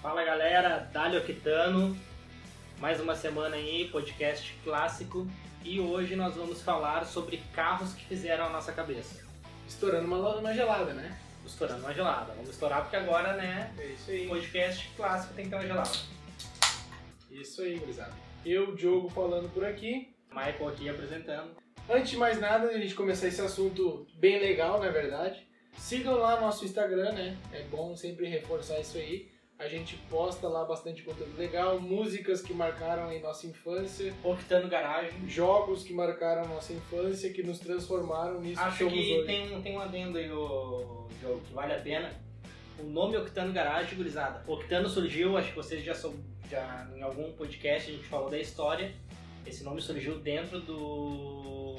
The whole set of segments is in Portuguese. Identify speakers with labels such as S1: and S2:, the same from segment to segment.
S1: Fala galera, Dalio Quitano, mais uma semana aí, podcast clássico, e hoje nós vamos falar sobre carros que fizeram a nossa cabeça.
S2: Estourando uma, uma gelada, né?
S1: Estourando uma gelada, vamos estourar porque agora, né,
S2: É isso aí.
S1: podcast clássico tem que ter uma gelada.
S2: Isso aí, gurizada. Eu, Diogo, falando por aqui.
S1: Michael aqui apresentando.
S2: Antes de mais nada, a gente começar esse assunto bem legal, na verdade. Sigam lá nosso Instagram, né? É bom sempre reforçar isso aí. A gente posta lá bastante conteúdo legal, músicas que marcaram aí nossa infância,
S1: Octano Garagem.
S2: jogos que marcaram nossa infância, que nos transformaram nisso que
S1: Acho
S2: somos
S1: que
S2: hoje.
S1: tem um, tem um adendo aí, ô, Diogo, que vale a pena. O nome Octano Garage, gurizada. Octano surgiu, acho que vocês já sou, já em algum podcast a gente falou da história. Esse nome surgiu dentro do,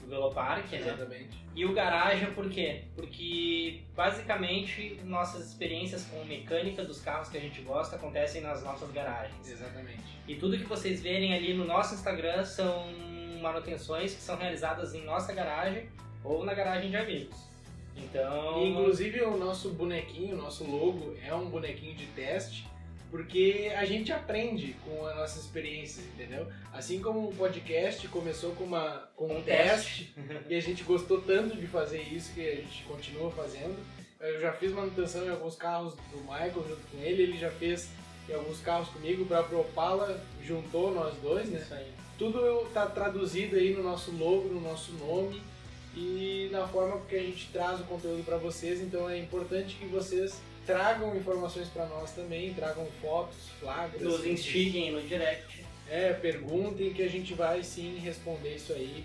S1: do Velopark, né?
S2: Exatamente.
S1: E o garagem por quê? Porque basicamente nossas experiências com mecânica dos carros que a gente gosta acontecem nas nossas garagens.
S2: Exatamente.
S1: E tudo que vocês verem ali no nosso Instagram são manutenções que são realizadas em nossa garagem ou na garagem de amigos. Então,
S2: Inclusive o nosso bonequinho, o nosso logo é um bonequinho de teste, porque a gente aprende com as nossas experiências, entendeu? Assim como o podcast começou com, uma, com um,
S1: Um
S2: teste, e a gente gostou tanto de fazer isso que a gente continua fazendo. Eu já fiz manutenção em alguns carros do Michael junto com ele, ele já fez em alguns carros comigo, o próprio Opala juntou nós dois, né?
S1: isso aí.
S2: Tudo tá traduzido aí no nosso logo, no nosso nome e na forma que a gente traz o conteúdo para vocês. Então é importante que vocês tragam informações para nós também, tragam fotos, flagras.
S1: Nos instiguem no direct.
S2: É, perguntem que a gente vai sim responder isso aí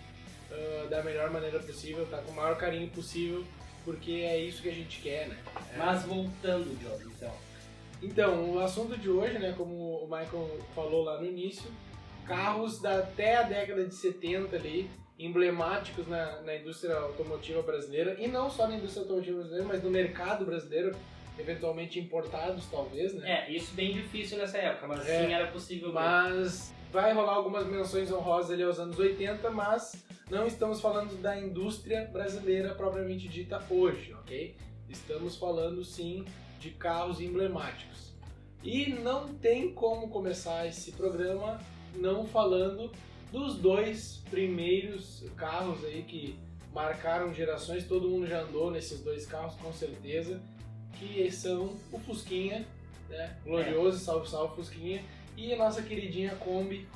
S2: ah, da melhor maneira possível, tá? Com o maior carinho possível, porque é isso que a gente quer, né? É.
S1: Mas voltando, Diogo, então.
S2: Então, o assunto de hoje, né, como o Michael falou lá no início, carros da, até a década de 70 ali, emblemáticos na, na indústria automotiva brasileira, e não só na indústria automotiva brasileira, mas no mercado brasileiro, eventualmente importados talvez, né?
S1: É, isso bem difícil nessa época, mas
S2: É.
S1: sim era possível.
S2: Mas vai rolar algumas menções honrosas ali aos anos 80, mas não estamos falando da indústria brasileira propriamente dita hoje, ok? Estamos falando sim de carros emblemáticos. E não tem como começar esse programa não falando dos dois primeiros carros aí que marcaram gerações, todo mundo já andou nesses dois carros com certeza, que são o Fusquinha, né?
S1: É.
S2: Glorioso, salve salve Fusquinha, e a nossa queridinha Kombi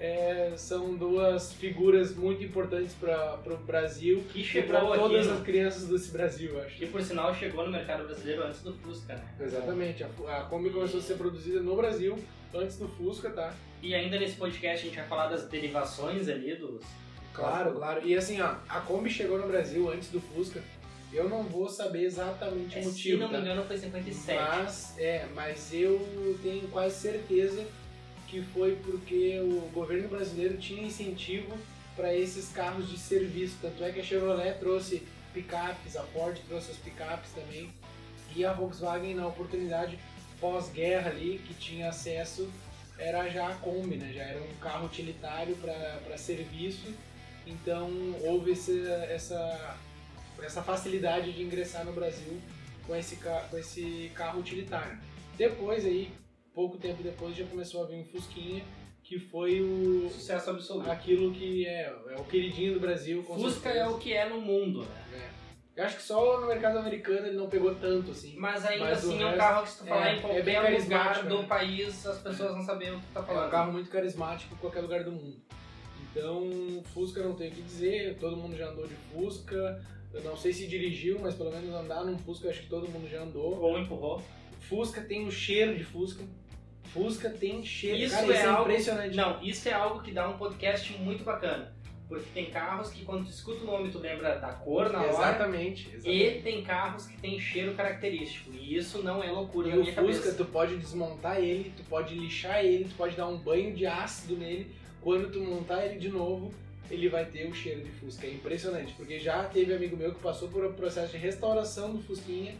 S2: é, são duas figuras muito importantes para o Brasil
S1: Que
S2: e para
S1: chegou
S2: todas as
S1: aqui. né?
S2: crianças desse Brasil, eu acho.
S1: Que por sinal chegou no mercado brasileiro antes do Fusca, né?
S2: Exatamente, a, a Kombi começou a ser produzida no Brasil antes do Fusca, tá?
S1: E ainda nesse podcast a gente vai falar das derivações ali dos.
S2: Claro, claro. E assim, ó, a Kombi chegou no Brasil antes do Fusca. Eu não vou saber exatamente o
S1: É, se
S2: motivo,
S1: não me
S2: tá?
S1: engano, foi 57.
S2: Mas, é, mas eu tenho quase certeza que foi porque o governo brasileiro tinha incentivo para esses carros de serviço. Tanto é que a Chevrolet trouxe picapes, a Ford trouxe as picapes também. E a Volkswagen, na oportunidade pós-guerra ali, que tinha acesso, era já a Kombi, né? Já era um carro utilitário para serviço. Então houve esse- essa, essa facilidade de ingressar no Brasil com esse, ca- com esse carro utilitário. Depois aí, pouco tempo depois, já começou a vir um Fusquinha, que foi o
S1: Sucesso absoluto.
S2: aquilo que é, é o queridinho do Brasil. com
S1: Fusca
S2: certeza.
S1: é o que é no mundo, né?
S2: É. Eu acho que só no mercado americano ele não pegou tanto assim.
S1: Mas ainda
S2: Mas o
S1: assim é um
S2: resto-
S1: carro que se tu falar
S2: é,
S1: em
S2: é bem
S1: qualquer lugar
S2: carismático,
S1: do
S2: né?
S1: país, as pessoas vão saber o que tu tá
S2: É
S1: falando.
S2: um carro muito carismático em qualquer lugar do mundo. Então, Fusca não tem o que dizer, todo mundo já andou de Fusca. Eu não sei se dirigiu, mas pelo menos andar num Fusca eu acho que todo mundo já andou.
S1: Ou empurrou.
S2: Fusca tem o cheiro de Fusca. Fusca tem cheiro.
S1: Isso
S2: Cara,
S1: é
S2: isso é
S1: algo-
S2: impressionante.
S1: Não, isso é algo que dá um podcast muito bacana. Porque tem carros que quando tu escuta o nome tu lembra da cor na hora.
S2: exatamente. exatamente.
S1: E tem carros que tem cheiro característico. E isso não é loucura
S2: E
S1: na
S2: o
S1: minha
S2: Fusca, tá
S1: cabeça.
S2: tu pode desmontar ele, tu pode lixar ele, tu pode dar um banho de ácido nele. Quando tu montar ele de novo, ele vai ter o cheiro de Fusca. É impressionante, porque já teve amigo meu que passou por um processo de restauração do Fusquinha,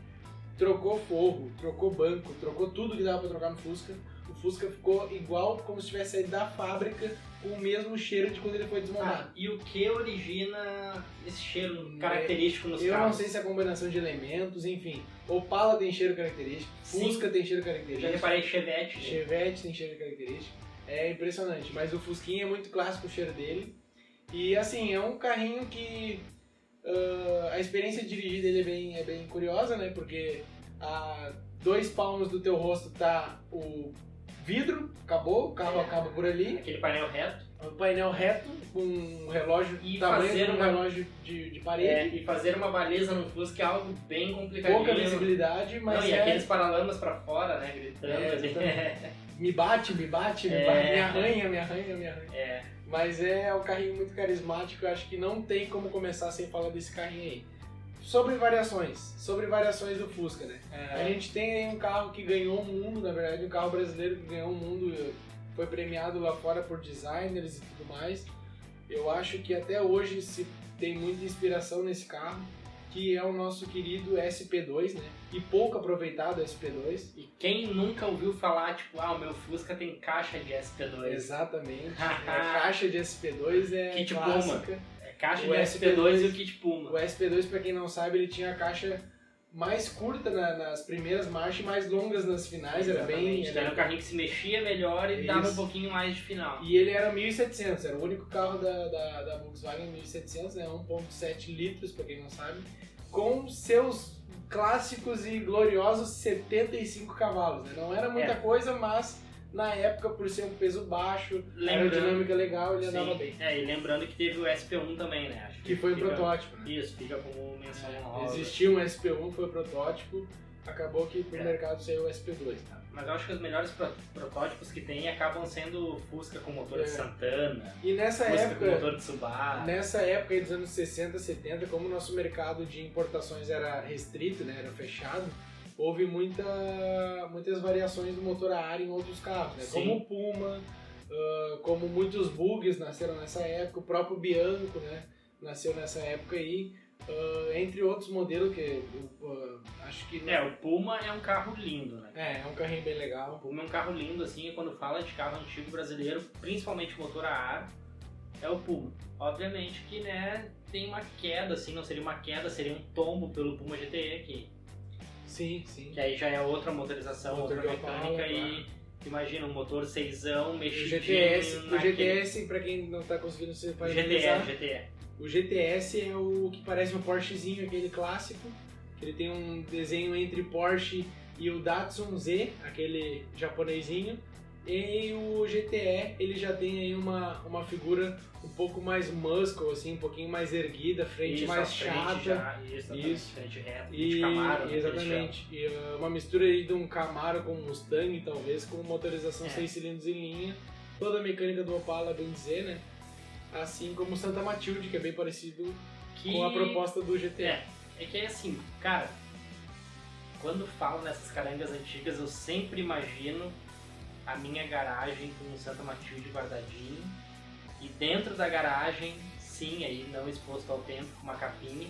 S2: trocou forro, trocou banco, trocou tudo que dava pra trocar no Fusca. O Fusca ficou igual como se tivesse saído da fábrica com o mesmo cheiro de quando ele foi
S1: Ah,
S2: desmontado.
S1: e o que origina esse cheiro característico nos
S2: É, Eu não
S1: carros?
S2: sei se é a combinação de elementos, enfim. Opala tem cheiro característico,
S1: Sim. é
S2: Fusca tem cheiro
S1: Eu já
S2: característico,
S1: reparei Chevette. né?
S2: Chevette tem cheiro característico. É impressionante, mas o Fusquinha é muito clássico o cheiro dele. E assim, é um carrinho que ah, a experiência de dirigir dele é bem, é bem curiosa, né? Porque a dois palmos do teu rosto tá o vidro, acabou, o carro
S1: É.
S2: acaba por ali.
S1: Aquele painel reto.
S2: Um painel reto com um relógio,
S1: E
S2: tamanho
S1: fazer
S2: de um
S1: uma-
S2: relógio de, de parede.
S1: É, e fazer uma baliza no Fusca é algo bem complicadinho. né?
S2: pouca visibilidade, mas
S1: Não, e
S2: é,
S1: aqueles paralamas pra fora, né? Gritando.
S2: É,
S1: ali.
S2: me bate, me bate, me
S1: É.
S2: bate, me arranha, me arranha, me arranha.
S1: É.
S2: Mas é um carrinho muito carismático, eu acho que não tem como começar sem falar desse carrinho aí. Sobre variações, sobre variações do Fusca, né? A
S1: É.
S2: gente tem aí um carro que ganhou o mundo, na verdade, um carro brasileiro que ganhou o mundo, foi premiado lá fora por designers e tudo mais. Eu acho que até hoje se tem muita inspiração nesse carro, que é o nosso querido SP2, né? E pouco aproveitado SP2.
S1: E quem nunca ouviu falar, tipo, ah, o meu Fusca tem caixa de SP2.
S2: Exatamente. É, a caixa de SP2 é
S1: Kit
S2: clássica.
S1: É caixa
S2: O
S1: de SP2 e o kit Puma.
S2: O SP2, pra quem não sabe, ele tinha a caixa mais curta na- nas primeiras marchas e mais longas nas finais. Era bem.
S1: Exatamente, Era um carrinho que se mexia melhor e
S2: Isso.
S1: dava um pouquinho mais de final.
S2: E ele era 1700, era o único carro da, da, da Volkswagen 1700, né? 1.7 litros, pra quem não sabe, com seus clássicos e gloriosos 75 cavalos, né? Não era muita
S1: É.
S2: coisa, mas na época, por ser um peso baixo,
S1: Lembrando,
S2: aerodinâmica legal, ele andava
S1: sim,
S2: bem.
S1: é, e lembrando que teve o SP1 também, né? Acho
S2: Que foi um
S1: fica-
S2: protótipo, né?
S1: Isso, fica como menção
S2: É,
S1: honrosa.
S2: Existia um SP1, foi protótipo, acabou que pro
S1: É. Tá.
S2: mercado saiu o SP2.
S1: Mas eu acho que os melhores pro- protótipos que tem acabam sendo o Fusca com motor
S2: É.
S1: de Santana,
S2: E nessa
S1: Fusca com
S2: época, né,
S1: motor de Subaru.
S2: nessa época aí dos anos 60, 70, como o nosso mercado de importações era restrito, né, era fechado, houve muita, muitas variações do motor a ar em outros carros, né,
S1: Sim.
S2: como o Puma, ah, como muitos bugs nasceram nessa época, o próprio Bianco, né, nasceu nessa época aí, ah, entre outros modelos que eu, ah, acho que...
S1: É, o Puma é um carro lindo, né?
S2: é, é um carrinho bem legal.
S1: O Puma é um carro lindo, assim, e quando fala de carro antigo brasileiro, principalmente motor a ar, é o Puma. Obviamente que, né, tem uma queda, assim, não seria uma queda, seria um tombo pelo Puma GTE, que,
S2: Sim, sim.
S1: que aí já é outra motorização,
S2: Motor
S1: outra
S2: de Opala,
S1: mecânica e... Imagina, um motor seisão,
S2: O
S1: mexidinho...
S2: GTS, o
S1: naquele-
S2: GTS, pra quem não tá conseguindo se
S1: GTE,
S2: paralelizar,
S1: GTE.
S2: o GTS é o que parece um Porschezinho, aquele clássico, que ele tem um desenho entre Porsche e o Datsun Z, aquele japonesinho, e o GTE, ele já tem aí uma, uma figura um pouco mais muscle, assim, um pouquinho mais erguida, frente
S1: Isso, a
S2: mais
S1: frente
S2: chata.
S1: já, isso,
S2: Isso.
S1: isso. frente reta,
S2: E,
S1: de Camaro, né, que eles chamam.
S2: exatamente, e, uh, uma mistura aí de um Camaro com um Mustang, talvez, com motorização
S1: É.
S2: 6 cilindros em linha, toda a mecânica do Opala, bem dizer, né? Assim como o Santa Matilde, que é bem parecido
S1: Que...
S2: com a proposta do GT.
S1: É, é que é assim, cara, quando falo nessas carangas antigas, eu sempre imagino a minha garagem com o Santa Matilde guardadinho. E dentro da garagem, sim, aí não exposto ao tempo, com uma capinha.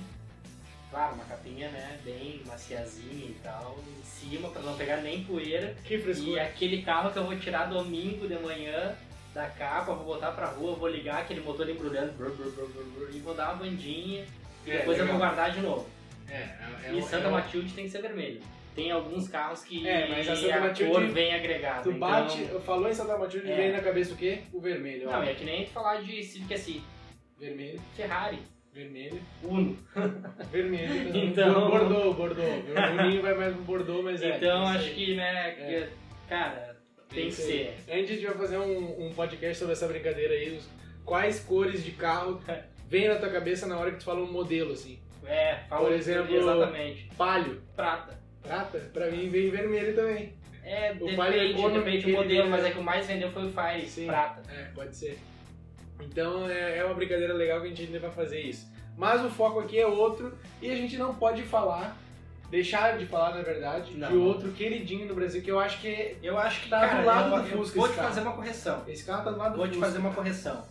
S1: Claro, uma capinha, né? Bem maciazinha e tal. Em cima, pra não pegar nem poeira.
S2: Que
S1: E
S2: frescura!
S1: aquele carro que eu vou tirar domingo de manhã da capa, vou botar pra rua, vou ligar aquele motor embrulhando brr, brr, brr, brr, brr, e vou dar uma bandinha e
S2: É,
S1: depois eu vou
S2: legal.
S1: guardar de novo.
S2: É, é, é
S1: E
S2: um-
S1: Santa
S2: é um-
S1: Matilde tem que ser vermelho. Tem alguns carros que
S2: É, mas a Santa Matilde-
S1: cor vem agregada.
S2: Tu
S1: então-
S2: bate, falou em Santa Matilde,
S1: É.
S2: vem na cabeça o quê? O vermelho, ó.
S1: Não, é que nem tu falar de Civic assim,
S2: Vermelho,
S1: Ferrari,
S2: vermelho,
S1: Uno.
S2: vermelho.
S1: Então-
S2: Bordô, bordô. O Bruninho vai mais pro bordô, mas é.
S1: então
S2: é isso
S1: acho
S2: aí.
S1: que, né, que-
S2: É.
S1: cara, tem que
S2: Isso aí.
S1: ser.
S2: A gente vai fazer um, um podcast sobre essa brincadeira aí, os- quais cores de carro vem na tua cabeça na hora que tu fala um modelo, assim.
S1: É, fala
S2: Por exemplo,
S1: exatamente.
S2: Palio,
S1: Prata.
S2: prata, Ah, tá. pra mim vem vermelho também.
S1: É,
S2: O Fire
S1: depende,
S2: Economy,
S1: depende do
S2: ele-
S1: modelo, mas é que o mais vendeu foi o Fire,
S2: Sim.
S1: prata.
S2: É, pode ser. Então é, é uma brincadeira legal que a gente ainda vai fazer isso. Mas o foco aqui é outro e a gente não pode falar, deixar de falar, na verdade,
S1: Não.
S2: de outro queridinho no Brasil que eu acho que é-
S1: Eu acho que
S2: Tá do lado
S1: eu,
S2: do
S1: eu
S2: Fusca
S1: Vou
S2: esse
S1: te
S2: carro.
S1: fazer uma correção.
S2: esse carro tá do lado do
S1: Vou te
S2: Fusca.
S1: fazer uma correção.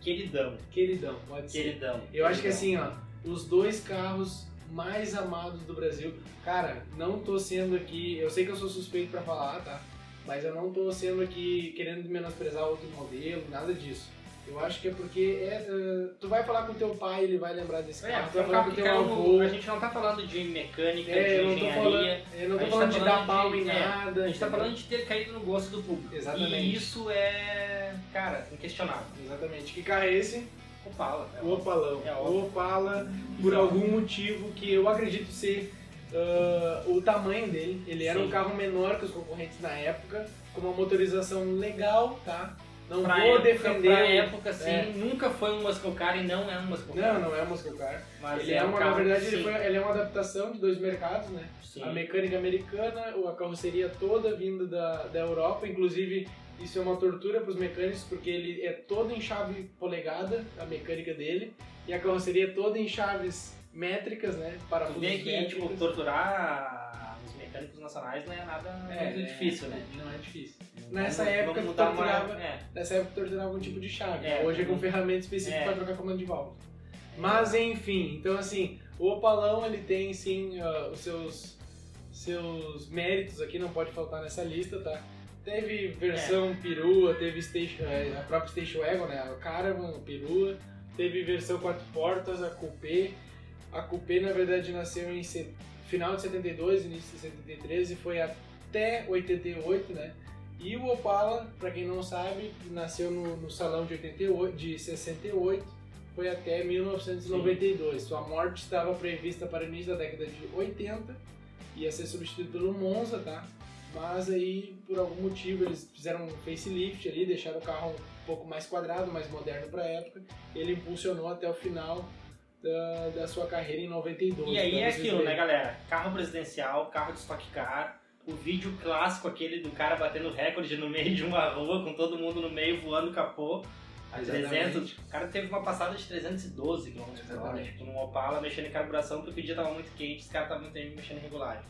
S1: Queridão,
S2: Queridão, pode ser.
S1: queridão.
S2: Eu acho que
S1: queridão.
S2: assim, ó, os dois carros mais amados do Brasil. Cara, não tô sendo aqui. Eu sei que eu sou suspeito pra falar, tá? Mas eu não tô sendo aqui querendo menosprezar outro modelo, nada disso. Eu acho que é porque é, eh, tu vai falar com teu pai, ele vai lembrar desse
S1: É,
S2: carro. Tu
S1: foi
S2: vai
S1: um
S2: falar
S1: carro
S2: com
S1: que
S2: teu
S1: caiu
S2: avô.
S1: no- a gente não tá falando de mecânica,
S2: É,
S1: de
S2: eu não tô
S1: engenharia.
S2: falando, eu não
S1: A
S2: tô
S1: gente tá
S2: falando
S1: falando
S2: de dar pau
S1: de-
S2: em
S1: é,
S2: nada.
S1: A gente tá falando de ter caído no gosto do público.
S2: Exatamente.
S1: E isso é, cara, inquestionável.
S2: Exatamente. Que carro é esse?
S1: Opala. né?
S2: O Opalão.
S1: É
S2: o
S1: óbvio.
S2: Opala, por algum motivo que eu acredito ser ah, o tamanho dele. Ele era
S1: Sim.
S2: um carro menor que os concorrentes na época, com uma motorização legal, tá? Não
S1: Pra
S2: vou
S1: época,
S2: defender.
S1: Pra época, sim,
S2: É.
S1: nunca foi um Muscle Car e não é um Muscle Car.
S2: Não, não é música cara.
S1: Mas
S2: ele é
S1: um
S2: uma,
S1: carro
S2: na verdade,
S1: que
S2: ele,
S1: sim,
S2: foi- ele é uma adaptação de dois mercados, né?
S1: sim.
S2: A mecânica americana, a carroceria toda vinda da, da Europa, inclusive isso é uma tortura para os mecânicos porque ele é todo em chave polegada, a mecânica dele, e a carroceria é toda em chaves métricas, né?
S1: Tu
S2: Parafusos
S1: vê que,
S2: métricos.
S1: tipo, torturar os mecânicos nacionais não é nada muito difícil, né?
S2: Não é difícil. Nessa
S1: Vamos-
S2: época
S1: vamos
S2: tu
S1: dar uma-
S2: torturava-
S1: é.
S2: Nessa época torturava algum tipo de chave.
S1: É,
S2: Hoje é com
S1: uhum.
S2: ferramenta específica
S1: É.
S2: para trocar comando de válvula. Mas enfim, então assim, o Opalão ele tem sim ah, os seus seus méritos aqui, não pode faltar nessa lista, tá?
S1: É.
S2: Teve versão perua, teve station- eh, a própria Station Wagon, né? A Caravan, a perua, teve versão quatro portas, a Coupé. A Coupé na verdade nasceu em se- final de 72, início de 73 e foi até 88, né? E o Opala, pra quem não sabe, nasceu no, no salão de 88, de 68, foi até 1992. Sua morte estava prevista para o início da década de 80, ia ser substituído pelo Monza, tá? Mas aí, por algum motivo, eles fizeram um facelift ali, deixaram o carro um pouco mais quadrado, mais moderno pra época. Ele impulsionou até o final da, da sua carreira em 92.
S1: E aí
S2: pra
S1: é
S2: vocês
S1: aquilo, né,
S2: verem.
S1: galera? Carro presidencial, carro de stock car, o vídeo clássico aquele do cara batendo recorde no meio de uma rua com todo mundo no meio voando capô. A
S2: Exatamente.
S1: 300, o cara teve uma passada de 312 km por hora,
S2: Exatamente.
S1: tipo, num Opala mexendo em carburação porque o dia tava muito quente, os caras estavam mexendo em regulagem.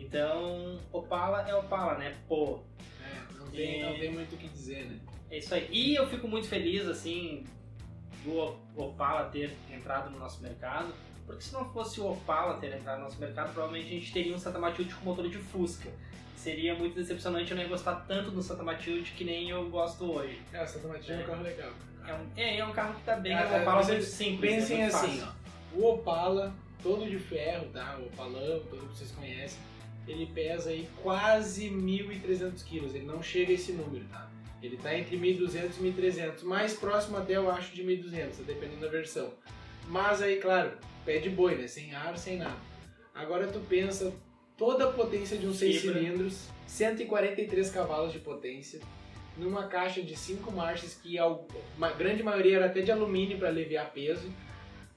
S1: Então, Opala é Opala, né? Pô,
S2: É, não, tem, não tem muito o que dizer, né?
S1: é isso aí. E eu fico muito feliz, assim, do Opala ter entrado no nosso mercado, porque se não fosse o Opala ter entrado no nosso mercado, provavelmente a gente teria um Santa Matilde com motor de Fusca. Seria muito decepcionante eu não gostar tanto do Santa Matilde que nem eu gosto hoje.
S2: É, Santa Matilha é um carro legal.
S1: É um, é, é um carro que tá bem, é,
S2: Ah,
S1: um Opala
S2: vocês
S1: muito simples,
S2: Pensem
S1: é muito
S2: assim,
S1: fácil.
S2: ó, o Opala, todo de ferro, tá? O Opalão, todo que vocês conhecem, ele pesa aí quase 1.300 quilos, ele não chega a esse número, tá? Ele tá entre 1.200 e 1.300, mais próximo até eu acho de 1.200, tá? dependendo da versão. Mas aí, claro, pé de boi, né? Sem ar, sem nada. Agora tu pensa toda a potência de uns 6
S1: Fibra.
S2: cilindros, 143 cavalos de potência, numa caixa de 5 marchas que a grande maioria era até de alumínio para aliviar peso,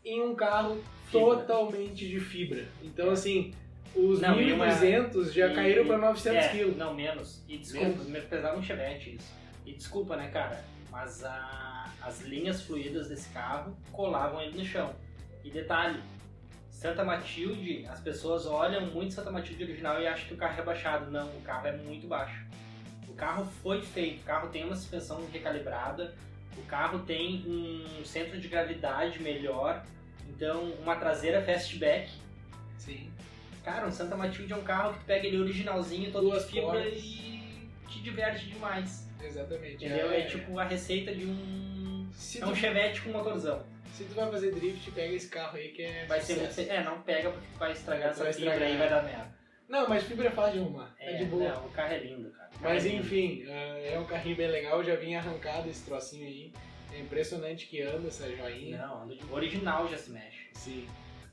S2: em um carro
S1: Fibra. É.
S2: totalmente de fibra. Então assim, os
S1: Não, e uma-
S2: 1.300 já
S1: e-
S2: caíram para 900
S1: É,
S2: quilos.
S1: Não, menos. E desculpa,
S2: Menos?
S1: menos? pesava um chevette isso. E desculpa, né, cara? Mas a- as linhas fluídas desse carro colavam ele no chão. E detalhe, Santa Matilde, as pessoas olham muito Santa Matilde original e acham que o carro é baixado. Não, o carro é muito baixo. O carro foi feito, o carro tem uma suspensão recalibrada, o carro tem um centro de gravidade melhor, então uma traseira fastback,
S2: Sim.
S1: Cara, um Santa Matilde é um carro que tu pega ele originalzinho, todo
S2: Duas É,
S1: de fibra
S2: portas.
S1: e te diverte demais.
S2: Exatamente.
S1: Entendeu? É, tipo a receita de um.
S2: se
S1: É
S2: tu,
S1: um chevette com motorzão.
S2: se tu vai fazer drift, pega esse carro aí que é
S1: Vai ser muito.
S2: sucesso.
S1: É, não pega porque tu vai estragar
S2: Tu vai
S1: essa fibra
S2: estragar.
S1: aí e vai dar merda.
S2: Não, mas fibra é fácil de arrumar. É,
S1: É,
S2: de boa.
S1: não, o carro é lindo, cara. O carro
S2: Mas
S1: é lindo.
S2: enfim, é é um carrinho bem legal, eu já vinha arrancado esse trocinho aí. É impressionante que anda essa joinha.
S1: Não, ando de- o original já se mexe.
S2: Sim.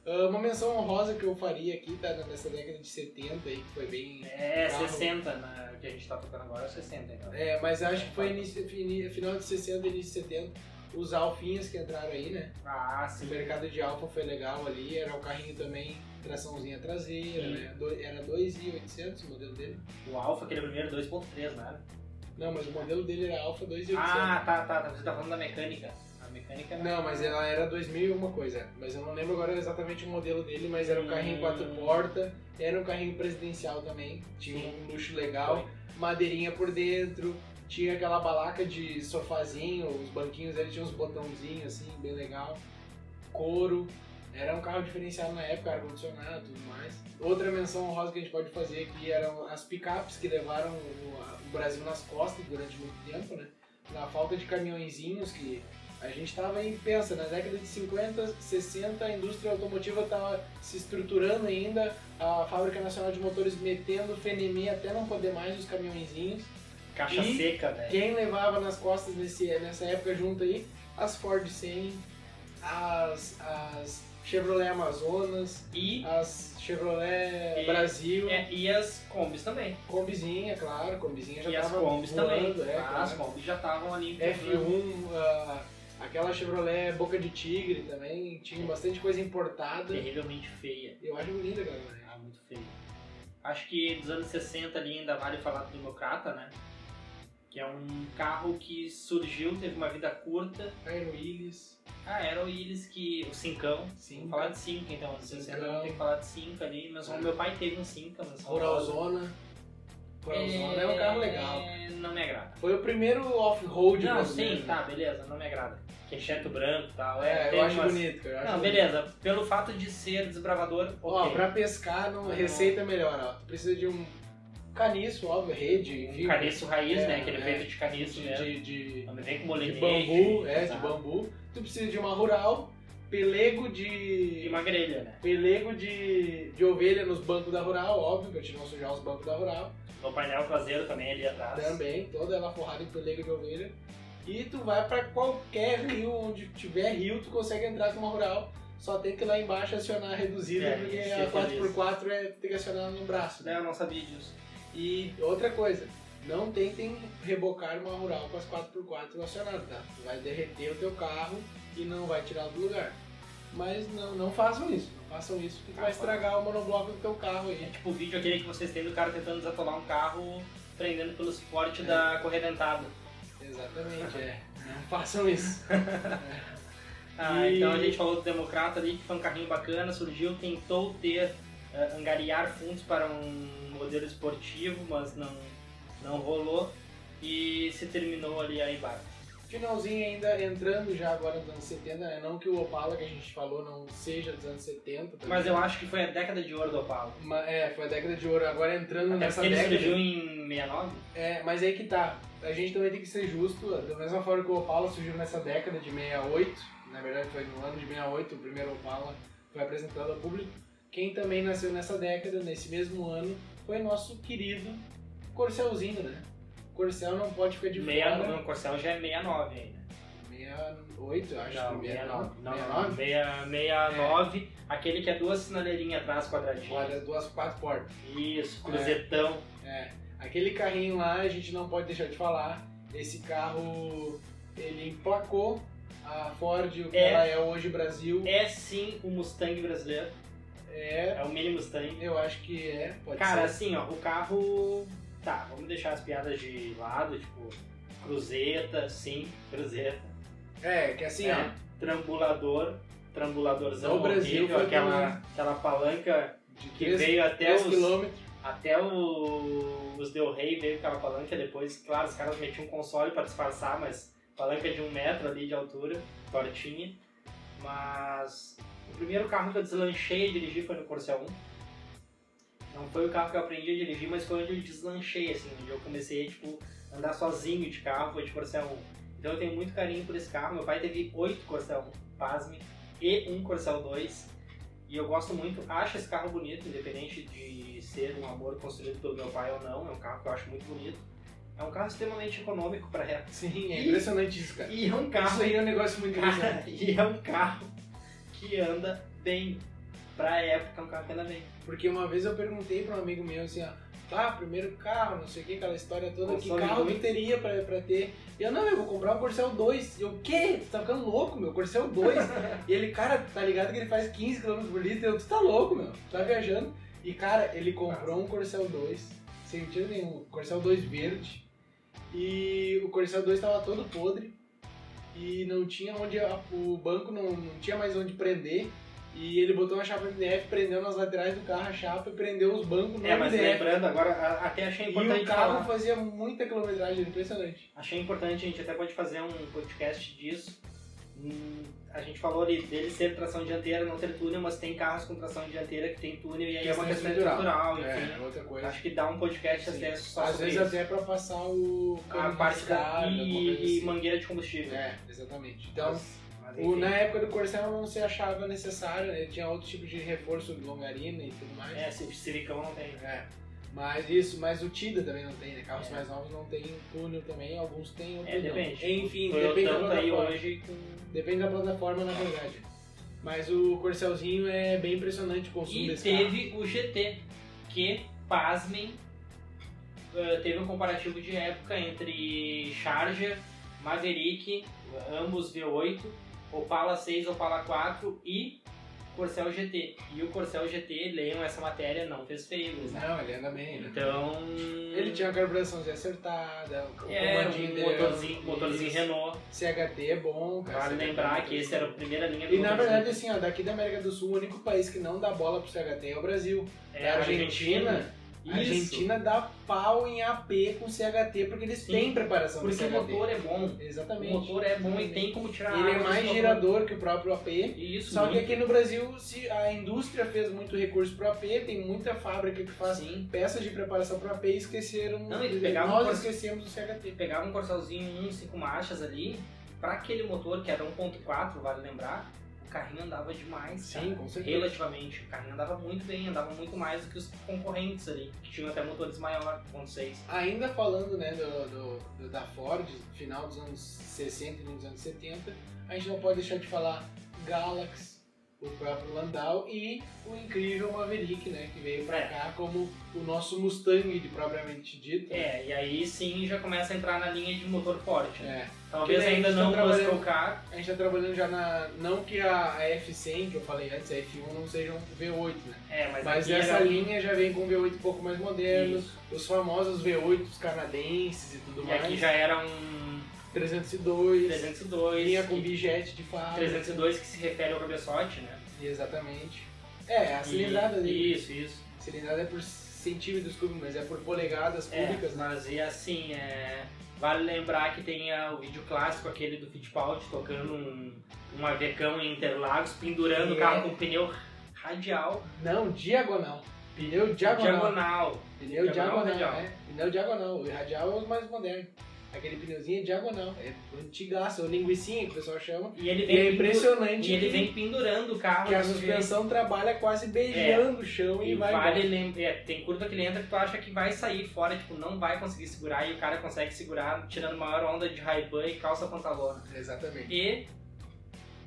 S2: Ah, uma menção honrosa que eu faria aqui, tá? Nessa década de 70 aí, que foi bem.
S1: É,
S2: Carro.
S1: 60, né, que a gente tá tocando agora é 60, então.
S2: É, mas acho que foi início, fini- final de 60, início de 70. Os alfinhas que entraram aí, né?
S1: Ah,
S2: O
S1: sim.
S2: mercado de alfa foi legal ali, era um carrinho também, traçãozinha traseira,
S1: Sim.
S2: né? Do- Era 2.800 o modelo dele.
S1: O Alfa, aquele primeiro, 2.3, né?
S2: Não, mas o modelo dele era alfa 2.800.
S1: Ah, tá, tá, tá. Você tá falando da mecânica. A mecânica era-
S2: Não, mas é ela era 2000 e alguma coisa. Mas eu não lembro agora exatamente o modelo dele, mas era um carrinho
S1: Hum.
S2: quatro portas, era um carrinho presidencial também, tinha
S1: Sim.
S2: um luxo legal, madeirinha por dentro, tinha aquela balaca de sofazinho, os banquinhos ali tinham uns botãozinhos assim, bem legal, couro, é, Era um carro diferenciado na época, ar-condicionado e tudo mais. Outra menção honrosa que a gente pode fazer aqui eram as picapes que levaram o, a- o Brasil nas costas durante muito tempo, né? Na falta de caminhõezinhos que a gente estava aí, pensa, na década de 50, 60, a indústria automotiva estava se estruturando ainda, a Fábrica Nacional de Motores metendo fenemê até não poder mais os caminhõezinhos.
S1: Caixa
S2: E-
S1: seca, velho.
S2: Quem levava nas costas nesse, nessa época junto aí? As Ford 100, as, as Chevrolet Amazonas,
S1: E,
S2: as Chevrolet
S1: E-
S2: Brasil,
S1: é, e as combis também.
S2: Combizinha, claro, Combizinha já
S1: e as
S2: tava
S1: combis
S2: voando,
S1: também.
S2: é, um
S1: Ah, as
S2: claro.
S1: combis já estavam ali. né?
S2: F1, ah, aquela Chevrolet Boca de Tigre também, tinha bastante coisa importada.
S1: Terrivelmente feia.
S2: Eu acho linda, galera.
S1: Ah, muito feio. Acho que dos anos 60 ali ainda vale falar do Democrata, né? Que é um carro que surgiu, teve uma vida curta.
S2: Cairo Willis,
S1: Ah, era o Illes que. o Cincão.
S2: sim,
S1: Vamos falar de Cinca então, anos 60
S2: Cincão. É.
S1: não tem que falar de Cinca ali, mas o meu pai teve um Cinca, mas
S2: Ruralzona. Ruralzona é... um carro legal.
S1: É, Não me agrada.
S2: Foi o primeiro off-road
S1: Não,
S2: brasileiro,
S1: sim,
S2: né?
S1: tá, beleza, não me agrada. Que é cheto branco e tal.
S2: É,
S1: tem
S2: eu acho
S1: umas-
S2: bonito, cara. eu acho
S1: Não,
S2: bonito.
S1: beleza. Pelo fato de ser desbravador,
S2: Ó,
S1: ok.
S2: pra pescar, não,
S1: Ah.
S2: receita é melhor, ó. Tu precisa de um caniço, óbvio, rede,
S1: Um
S2: enfim.
S1: caniço raiz,
S2: É,
S1: né? Aquele
S2: é.
S1: feito de caniço
S2: de,
S1: mesmo.
S2: de, de,
S1: Não me vem com
S2: de
S1: molinete.
S2: bambu, é, de
S1: tá?
S2: bambu. Tu precisa de uma rural, pelego
S1: E
S2: de...
S1: uma grelha, né?
S2: Pelego de, de ovelha nos bancos da rural, óbvio, pra te não sujar os bancos da rural.
S1: No painel traseiro também ali atrás.
S2: Também, toda ela forrada em pelego de ovelha. E tu vai pra qualquer rio, onde tiver rio, tu consegue entrar com uma rural. Só tem que ir lá embaixo acionar a reduzida,
S1: É,
S2: porque
S1: isso é
S2: a
S1: feliz. É.
S2: 4x4 é tem que acionar no braço. né?
S1: Não, eu não sabia disso.
S2: E outra coisa, não tentem rebocar uma rural com as 4x4 acionadas, tá? Vai derreter o teu carro e não vai tirá-lo do lugar. Mas não, não façam isso, não façam isso, porque tu
S1: Tá,
S2: vai
S1: pode.
S2: estragar o monobloco do teu carro
S1: É
S2: aí.
S1: tipo o vídeo aquele que vocês têm do cara tentando desatolar um carro prendendo pelo suporte
S2: É.
S1: da corredentada.
S2: Exatamente, é. Não façam isso.
S1: Ah,
S2: E-
S1: então a gente falou do Democrata ali, que foi um carrinho bacana, surgiu, tentou ter, eh, angariar fundos para um modelo esportivo, mas não, não rolou. E se terminou ali a Ibarra.
S2: Finalzinho ainda, entrando já agora nos anos 70, né? Não que o Opala que a gente falou não seja dos anos 70. também.
S1: Mas eu acho que foi a década de ouro do Opala.
S2: Ma- É, foi a década de ouro. Agora entrando
S1: Até
S2: nessa
S1: porque ele
S2: década...
S1: surgiu em 69.
S2: É, mas aí que tá. A gente também tem que ser justo. Da mesma forma que o Opala surgiu nessa década de 68, na verdade foi no ano de 68, o primeiro Opala foi apresentado ao público. Quem também nasceu nessa década, nesse mesmo ano, foi nosso querido Corcelzinho, né? Corcel não pode ficar de né?
S1: Meia,
S2: fora.
S1: o Corcel já é 69 ainda.
S2: 68, eu acho.
S1: Não,
S2: 69.
S1: 69. Não,
S2: 69?
S1: 69. Aquele que é duas sinaleirinhas atrás, quadradinho.
S2: Olha, duas, quatro portas.
S1: Isso, cruzetão.
S2: É, aquele carrinho lá a gente não pode deixar de falar. Esse carro ele emplacou a Ford, o que
S1: É.
S2: ela é hoje Brasil.
S1: É sim o Mustang brasileiro.
S2: É,
S1: É o mini Mustang.
S2: eu acho que é, pode
S1: Cara,
S2: ser.
S1: assim, ó, o carro. Tá, vamos deixar as piadas de lado, tipo, cruzeta, sim, cruzeta.
S2: É, que assim,
S1: É,
S2: ó,
S1: Trambulador, trambulador
S2: No Brasil foi
S1: aquela,
S2: primeiro.
S1: aquela palanca
S2: de
S1: que
S2: 3,
S1: veio até os.
S2: quilômetros.
S1: Até o- os Del Rey veio com aquela palanca, depois, claro, os caras metiam um console pra disfarçar, mas palanca de um metro ali de altura, tortinha. Mas o primeiro carro que eu deslanchei e dirigi foi no Corcel 1. Não foi o carro que eu aprendi a dirigir, mas foi onde eu deslanchei, assim, onde eu comecei tipo, a andar sozinho de carro, foi de Corcel 1. Então eu tenho muito carinho por esse carro. Meu pai teve oito Corcel 1, pasme, e um Corcel 2. E eu gosto muito, acho esse carro bonito, independente de ser um amor construído pelo meu pai ou não, é um carro que eu acho muito bonito. É um carro extremamente econômico para reta.
S2: Sim, é
S1: E-
S2: impressionante isso, cara.
S1: E é um
S2: Isso
S1: carro,
S2: aí é um negócio muito interessante.
S1: e é um carro que anda bem. Pra época, é um carro que anda bem.
S2: Porque uma vez eu perguntei pra um amigo meu assim, ó, tá, primeiro carro, não sei o que, aquela história toda, que
S1: Console
S2: carro que
S1: muito.
S2: teria pra, pra ter? E eu, não, eu vou comprar um Corcel 2. E eu, o quê? Tu tá ficando louco, meu, Corcel 2. e ele, cara, tá ligado que ele faz 15 km por litro? Eu, tu tá louco, meu, tu tá viajando. E, cara, ele comprou um Corcel 2, sem tiro nenhum, Corcel 2 verde. E o Corcel 2 tava todo podre. E não tinha onde, a- o banco não, não tinha mais onde prender. E ele botou uma chapa MDF, prendeu nas laterais do carro a chapa e prendeu os bancos no
S1: É, mas
S2: MDF.
S1: lembrando, agora a- até achei
S2: E
S1: importante
S2: o carro
S1: falar.
S2: fazia muita quilometragem, era impressionante.
S1: Achei importante, a gente até pode fazer um podcast disso, Hum, a gente falou ali dele ser tração dianteira, não ter túnel, mas tem carros com tração dianteira que tem túnel e aí é uma questão estrutural,
S2: É,
S1: Ah, enfim.
S2: é outra coisa.
S1: Acho que dá um podcast
S2: Sim.
S1: até só
S2: Às
S1: sobre
S2: vezes
S1: isso.
S2: até é pra passar o
S1: a
S2: cano
S1: parte da
S2: descarga, alguma coisa
S1: e, e
S2: assim.
S1: mangueira de combustível.
S2: É, exatamente. Então,
S1: Mas- mas
S2: o- né?
S1: enfim.
S2: na época do Corsel não se achava necessário, né? Tinha outro tipo de reforço, longarina e tudo mais.
S1: É, esse silicão não tem.
S2: É. Mas isso, mas o Tida também não tem, né? Carros
S1: É.
S2: mais novos não tem túnel também, alguns têm, outros
S1: É,
S2: não.
S1: depende.
S2: Enfim,
S1: Toyotão
S2: depende da
S1: tá aí
S2: plataforma.
S1: hoje com
S2: Depende da plataforma, na verdade. Mas o Corcelzinho é bem impressionante o consumo
S1: E
S2: desse carro.
S1: teve o GT, que, pasmem, eh, teve um comparativo de época entre Charger, Maverick, ambos V8, Opala 6, Opala 4 e Corcel GT. E o Corcel GT, leiam essa matéria, não fez feios, né?
S2: Não, ele anda bem, né?
S1: Então...
S2: Ele tinha uma carburação acertada, o
S1: é,
S2: comandinho
S1: um
S2: dele era-
S1: motorzinho, motorzinho
S2: Isso.
S1: Renault.
S2: CHT é bom, cara.
S1: Vale
S2: CHT é
S1: lembrar
S2: muito
S1: que esse
S2: bom.
S1: era a primeira linha do
S2: E na
S1: motorzinho.
S2: verdade, assim, ó, daqui da América do Sul, o único país que não dá bola pro CHT é o Brasil.
S1: É,
S2: da Argentina,
S1: Isso.
S2: A Argentina dá pau em AP com CHT, porque eles
S1: Sim.
S2: têm preparação
S1: Porque
S2: pro
S1: o
S2: CHT.
S1: motor é bom.
S2: Exatamente.
S1: O motor é bom e tem como tirar
S2: Ele é
S1: água
S2: mais
S1: desse
S2: girador que o próprio AP.
S1: motor. Isso, né?
S2: Só que
S1: muito.
S2: aqui no Brasil, se a indústria fez muito recurso pro AP, tem muita fábrica que faz
S1: Sim.
S2: peças de preparação pro AP e esqueceram.
S1: Não, eles pegavam por-
S2: nós esquecemos do CHT.
S1: Pegava um Corcelzinho 1.5 marchas ali, pra aquele motor que era 1.4, vale lembrar, o carrinho andava demais,
S2: Sim,
S1: cara.
S2: com certeza.
S1: Relativamente, o carrinho andava muito bem, andava muito mais do que os concorrentes ali, que tinham até motores maior, 1.6.
S2: Ainda falando né, do, do- do- da Ford, final dos anos 60 e início dos anos 70, a gente não pode deixar de falar Galaxy, o próprio Landau e o incrível Maverick, né, que veio pra
S1: É.
S2: cá como o nosso Mustang, de propriamente dito. né?
S1: É, e aí sim já começa a entrar na linha de motor forte. né?
S2: É.
S1: Talvez
S2: Que daí
S1: ainda
S2: eles
S1: não
S2: tão trabalhando-
S1: Muscle Car,
S2: A gente tá trabalhando já na. Não que a, a F100, que eu falei antes, a F1 não seja um V8, né?
S1: é, mas,
S2: Mas
S1: aqui
S2: essa
S1: era...
S2: linha já vem com V8 um pouco mais moderno,
S1: Isso.
S2: os famosos V8 canadenses e tudo
S1: E
S2: mais.
S1: aqui já era um
S2: 302.
S1: 302,
S2: Linha com
S1: que-
S2: bijet de fábrica.
S1: 302 que se refere ao cabeçote, né?
S2: Exatamente. É, a cilindrada
S1: E-
S2: dele.
S1: Isso, isso.
S2: Cilindrada é por centímetros cúbicos, mas é por polegadas
S1: É,
S2: cúbicas, né?
S1: mas e assim, é, vale lembrar que tem ah, o vídeo clássico, aquele do Fittipaldi tocando um, um avecão em Interlagos, pendurando o
S2: É.
S1: carro com pneu radial,
S2: Não, diagonal. Pneu diagonal.
S1: diagonal.
S2: Pneu
S1: Diagonal ou
S2: diagonal,
S1: radial?
S2: né? Pneu diagonal. O radial é o mais moderno. Aquele pneuzinho é diagonal. É antigaço, é o linguicinha que o pessoal chama.
S1: E ele
S2: E
S1: vem,
S2: é
S1: pendu-
S2: impressionante
S1: e ele
S2: que-
S1: vem pendurando o carro.
S2: que a
S1: no jeito.
S2: suspensão trabalha quase beijando o chão e,
S1: É. E
S2: vai
S1: vale
S2: embora.
S1: lembrar, é, tem curva que ele entra que tu acha que vai sair fora, tipo, não vai conseguir segurar e o cara consegue segurar tirando maior onda de Ray-Ban e calça pantalona.
S2: Exatamente.
S1: E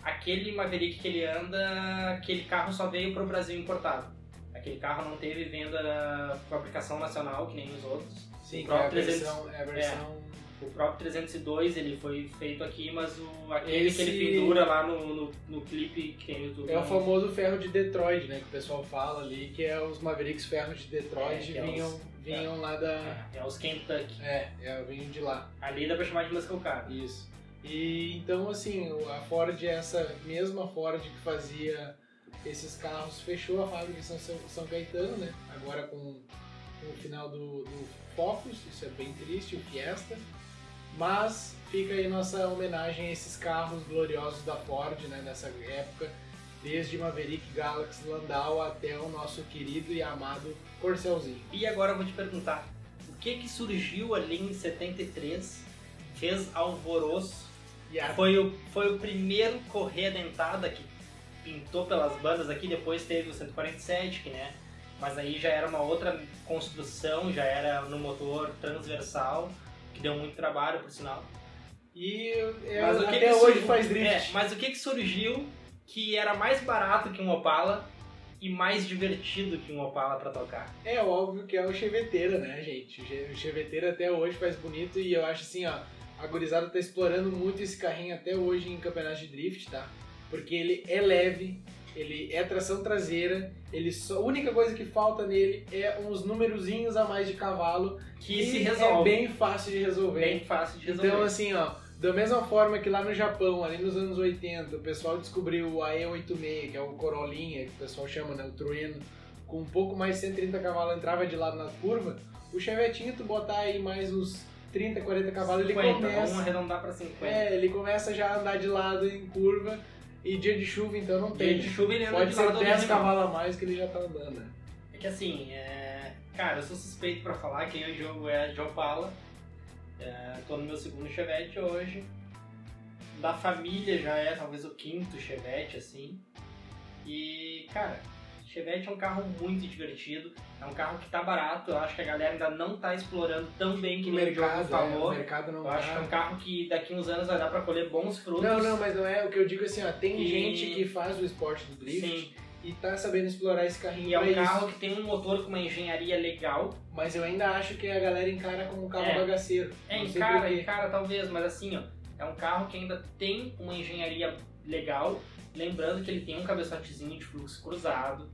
S1: aquele Maverick que ele anda, aquele carro só veio pro Brasil importado. Aquele carro não teve venda com aplicação nacional, que nem os outros.
S2: Sim,
S1: o
S2: que é a
S1: próprio 300
S2: versão... É a versão...
S1: O próprio 302 ele foi feito aqui, mas o, aquele
S2: Esse-
S1: que ele pendura lá no, no, no clipe que tem no YouTube.
S2: É o
S1: não-
S2: famoso ferro de Detroit, né? Que o pessoal fala ali, que é os Mavericks ferros de Detroit
S1: É, que é
S2: vinham,
S1: os-
S2: vinham lá da.
S1: É, é os Kentucky.
S2: É, é, vinham de lá.
S1: Ali dá pra chamar de Muscle Car.
S2: Isso. E então assim, o- a Ford, essa mesma Ford que fazia esses carros, fechou a fábrica em São, São São Caetano, né? Agora com, com o final do, do Focus, isso é bem triste, o Fiesta. Mas fica aí nossa homenagem a esses carros gloriosos da Ford, né, nessa época, desde Maverick, Galaxy, Landau até o nosso querido e amado Corcelzinho.
S1: E agora eu vou te perguntar, o que que surgiu ali em 73, fez alvoroço
S2: E a-
S1: Foi o, foi o primeiro correr dentada que pintou pelas bandas aqui, depois teve o 147, que né? Mas aí já era uma outra construção, já era no motor transversal, que deu muito trabalho, por sinal.
S2: E é,
S1: Mas o que
S2: até
S1: que
S2: hoje
S1: surgiu?
S2: faz
S1: É,
S2: drift.
S1: mas o que, que surgiu que era mais barato que um Opala e mais divertido que um Opala pra tocar?
S2: É. óbvio que é o Cheveteira, né, gente? O che- O Cheveteira até hoje faz bonito e eu acho assim, ó, a gurizada tá explorando muito esse carrinho até hoje em campeonato de drift, tá? Porque ele é leve, ele é tração traseira, ele só, a única coisa que falta nele é uns numerozinhos a mais de cavalo
S1: Que
S2: e
S1: se
S2: é
S1: resolve.
S2: bem fácil de resolver.
S1: bem fácil de resolver.
S2: Então, assim, ó, da mesma forma que lá no Japão, ali nos anos 80, o pessoal descobriu o AE86, que é o Corolinha, que o pessoal chama, né, o Trueno, com um pouco mais de 130 cavalos entrava de lado na curva, o Chevetinho, tu botar aí mais uns 30, 40 cavalos, ele
S1: 50,
S2: começa.
S1: vamos arredondar pra 50.
S2: É, ele começa já a andar de lado em curva. E dia de chuva, então não
S1: Dia
S2: tem.
S1: de chuva ele anda
S2: Pode
S1: de
S2: ser
S1: lado
S2: 10
S1: original.
S2: cavalos a mais que ele já tá andando. né?
S1: É que assim, é... cara, eu sou suspeito pra falar, quem eu jogo é a Jopala. É... Tô no meu segundo Chevette hoje. Da família já é talvez o quinto Chevette, assim. E, cara, Chevette é um carro muito divertido. É um carro que tá barato. Eu acho que a galera ainda não tá explorando tão bem que
S2: O
S1: nem o Diogo
S2: mercado, é, o
S1: falou.
S2: mercado não
S1: tá eu acho que é
S2: tá.
S1: um carro que daqui uns anos vai dar pra colher bons frutos.
S2: Não, não, mas não é. O que eu digo assim, ó, tem
S1: E-
S2: gente que faz o esporte do drift
S1: Sim,
S2: e tá sabendo explorar esse carrinho
S1: e é
S2: pra
S1: um
S2: isso.
S1: carro que tem um motor com uma engenharia legal,
S2: Mas eu ainda acho que a galera encara como um carro
S1: É.
S2: bagaceiro.
S1: É,
S2: não
S1: em
S2: sei
S1: cara,
S2: porquê.
S1: em cara talvez, mas assim, ó, é um carro que ainda tem uma engenharia legal, lembrando que ele tem um cabeçotezinho de fluxo cruzado,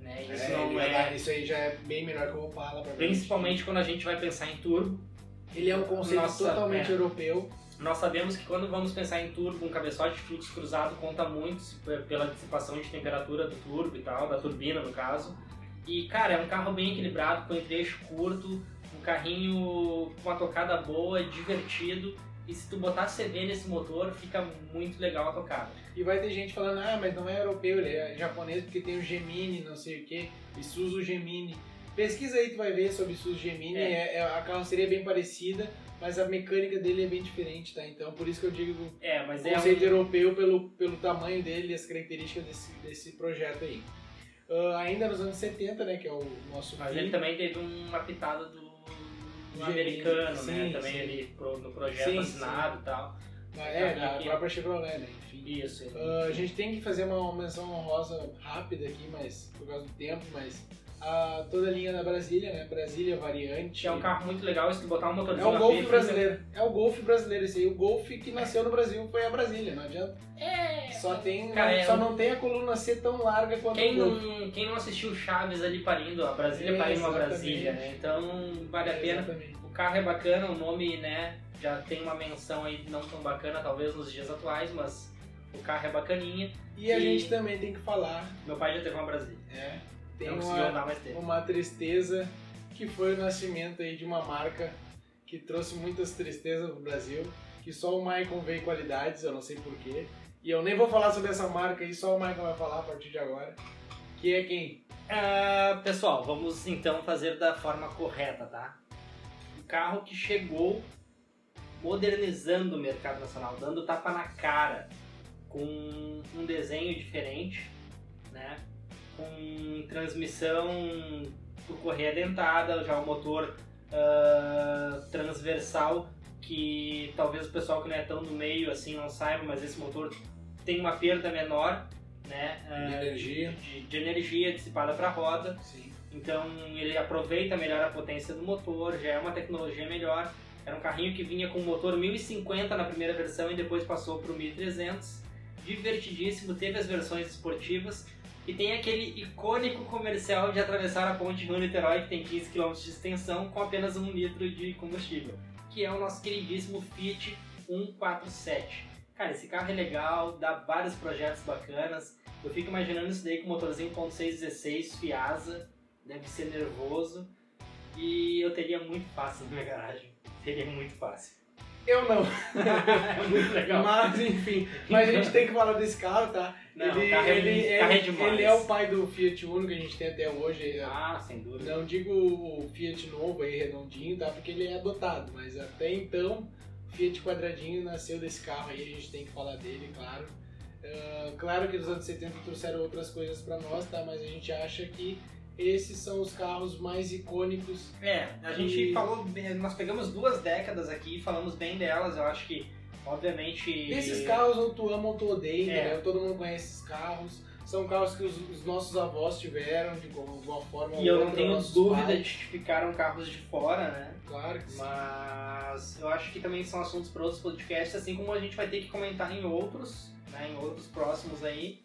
S1: né?
S2: É,
S1: Isso não
S2: ele
S1: é.
S2: vai- isso aí já é bem melhor que o Opala, pra mim.
S1: Principalmente quando a gente vai pensar em turbo.
S2: Ele é um conceito
S1: Nossa,
S2: totalmente
S1: é.
S2: europeu.
S1: Nós sabemos que quando vamos pensar em turbo, um cabeçote de fluxo cruzado conta muito se- pe- pela dissipação de temperatura do turbo e tal, da turbina no caso. E cara, é um carro bem equilibrado, com eixo curto, um carrinho com uma tocada boa, divertido. E se tu botar CV nesse motor, fica muito legal a tocada.
S2: E vai ter gente falando, ah, mas não é europeu, ele é japonês porque tem o Gemini, não sei o quê, e Suzu Gemini. Pesquisa aí, tu vai ver sobre Suzu Gemini,
S1: É.
S2: é- é- a carroceria é bem parecida, mas a mecânica dele é bem diferente, tá? Então, por isso que eu digo
S1: É, mas é
S2: conceito
S1: um...
S2: europeu pelo, pelo tamanho dele e as características desse, desse projeto aí. Ah, ainda nos anos 70, né, que é o nosso
S1: Mas
S2: fim,
S1: ele também teve uma pitada do, do
S2: Gênio.
S1: americano, né?
S2: Sim,
S1: Também
S2: sim.
S1: ali pro- no projeto
S2: Sim,
S1: assinado e tal.
S2: é, da
S1: aqui.
S2: própria Chevrolet, né, enfim.
S1: Isso. ele-
S2: Ah, a gente tem que fazer uma menção honrosa rápida aqui, mas por causa do tempo, mas ah, toda a linha da Brasília, né, Brasília Variante.
S1: É um carro muito legal, e se tu botar um
S2: É
S1: motorzinho
S2: o
S1: na
S2: Golfe
S1: frente,
S2: brasileiro, é o Golfe brasileiro esse aí, o Golfe que nasceu no Brasil foi a Brasília, não adianta.
S1: É.
S2: Só tem,
S1: Cara, é
S2: só
S1: um-
S2: não tem a coluna C tão larga quanto
S1: Quem
S2: o Golfe.
S1: não, quem não assistiu Chaves ali parindo, a Brasília
S2: É,
S1: parindo a
S2: exatamente.
S1: Brasília, né? Então vale a pena.
S2: Exatamente.
S1: O carro é bacana, o nome, né? Já tem uma menção aí não tão bacana, talvez nos dias atuais, mas o carro é bacaninha.
S2: E a
S1: E-
S2: gente também tem que falar
S1: Meu pai já teve uma Brasília.
S2: É, tem
S1: não conseguiu
S2: uma,
S1: andar mais tempo.
S2: uma tristeza que foi o nascimento aí de uma marca que trouxe muitas tristezas pro Brasil, que só o Maicon vê qualidades, eu não sei porquê. E eu nem vou falar sobre essa marca aí, só o Maicon vai falar a partir de agora. Que é quem?
S1: Ah, pessoal, vamos então fazer da forma correta, tá? O carro que chegou modernizando o mercado nacional, dando tapa na cara, com um desenho diferente, né? Com transmissão por correia dentada, já um motor ah, transversal que talvez o pessoal que não é tão do meio assim não saiba, mas esse motor tem uma perda menor, né? Ah,
S2: De energia.
S1: de, de energia dissipada para a roda,
S2: Sim.
S1: então ele aproveita melhor a potência do motor, já é uma tecnologia melhor. Era um carrinho que vinha com motor 1050 na primeira versão e depois passou para o 1300. Divertidíssimo, teve as versões esportivas e tem aquele icônico comercial de atravessar a ponte Rio-Niterói, que tem 15 km de extensão, com apenas um litro de combustível, que é o nosso queridíssimo Fiat 147. Cara, esse carro é legal, dá vários projetos bacanas. Eu fico imaginando isso daí com motorzinho 1.616, Fiasa, deve ser nervoso. E eu teria muito fácil na minha garagem. Teria muito fácil.
S2: Eu não,
S1: é muito legal.
S2: mas enfim. Mas a gente tem que falar desse carro, tá?
S1: Não, o carro é,
S2: ele,
S1: o carro é
S2: ele-
S1: demais.
S2: ele é o pai do Fiat Uno que a gente tem até hoje. é
S1: Ah, sem dúvida.
S2: Não digo o Fiat novo aí, redondinho, tá? Porque ele é adotado, mas até então, o Fiat quadradinho nasceu desse carro aí, a gente tem que falar dele, claro. Ah, claro que nos anos 70 trouxeram outras coisas pra nós, tá? Mas a gente acha que esses são os carros mais icônicos.
S1: É, a gente
S2: E-
S1: falou, nós pegamos duas décadas aqui e falamos bem delas. Eu acho que, obviamente.
S2: Esses carros ou tu ama ou tu odeia,
S1: É.
S2: entendeu? né? Todo mundo conhece esses carros. São carros que os, os nossos avós tiveram de alguma forma.
S1: E eu
S2: ou
S1: não
S2: outra,
S1: tenho
S2: nossos
S1: dúvida
S2: pais.
S1: de que ficaram carros de fora, né?
S2: Claro que sim.
S1: Mas eu acho que também são assuntos para outros podcasts, assim como a gente vai ter que comentar em outros, né, em outros próximos aí,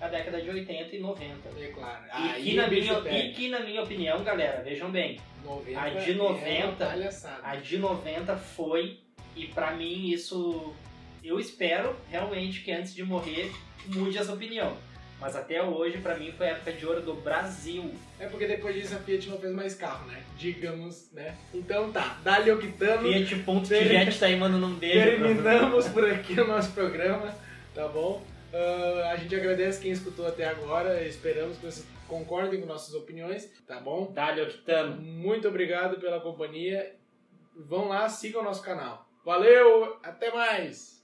S1: a década de 80 e 90.
S2: É claro.
S1: E que, na minha, e que na minha opinião, galera, vejam bem,
S2: 90
S1: A de
S2: é uma
S1: 90,
S2: palhaçada.
S1: a de 90 foi, e pra mim isso, eu espero realmente que antes de morrer mude essa opinião. Mas até hoje, pra mim, foi a época de ouro do Brasil.
S2: É porque depois disso a Fiat não fez mais carro, né? Digamos, né? Então tá, dali o que tamo.
S1: Fiat ponto Jet tá aí mandando um beijo. pra-
S2: Terminamos por aqui o nosso programa, tá bom? Ah, a gente agradece quem escutou até agora. Esperamos que vocês concordem com nossas opiniões, tá bom?
S1: Dali Octano.
S2: Muito obrigado pela companhia. Vão lá, sigam o nosso canal. Valeu, até mais!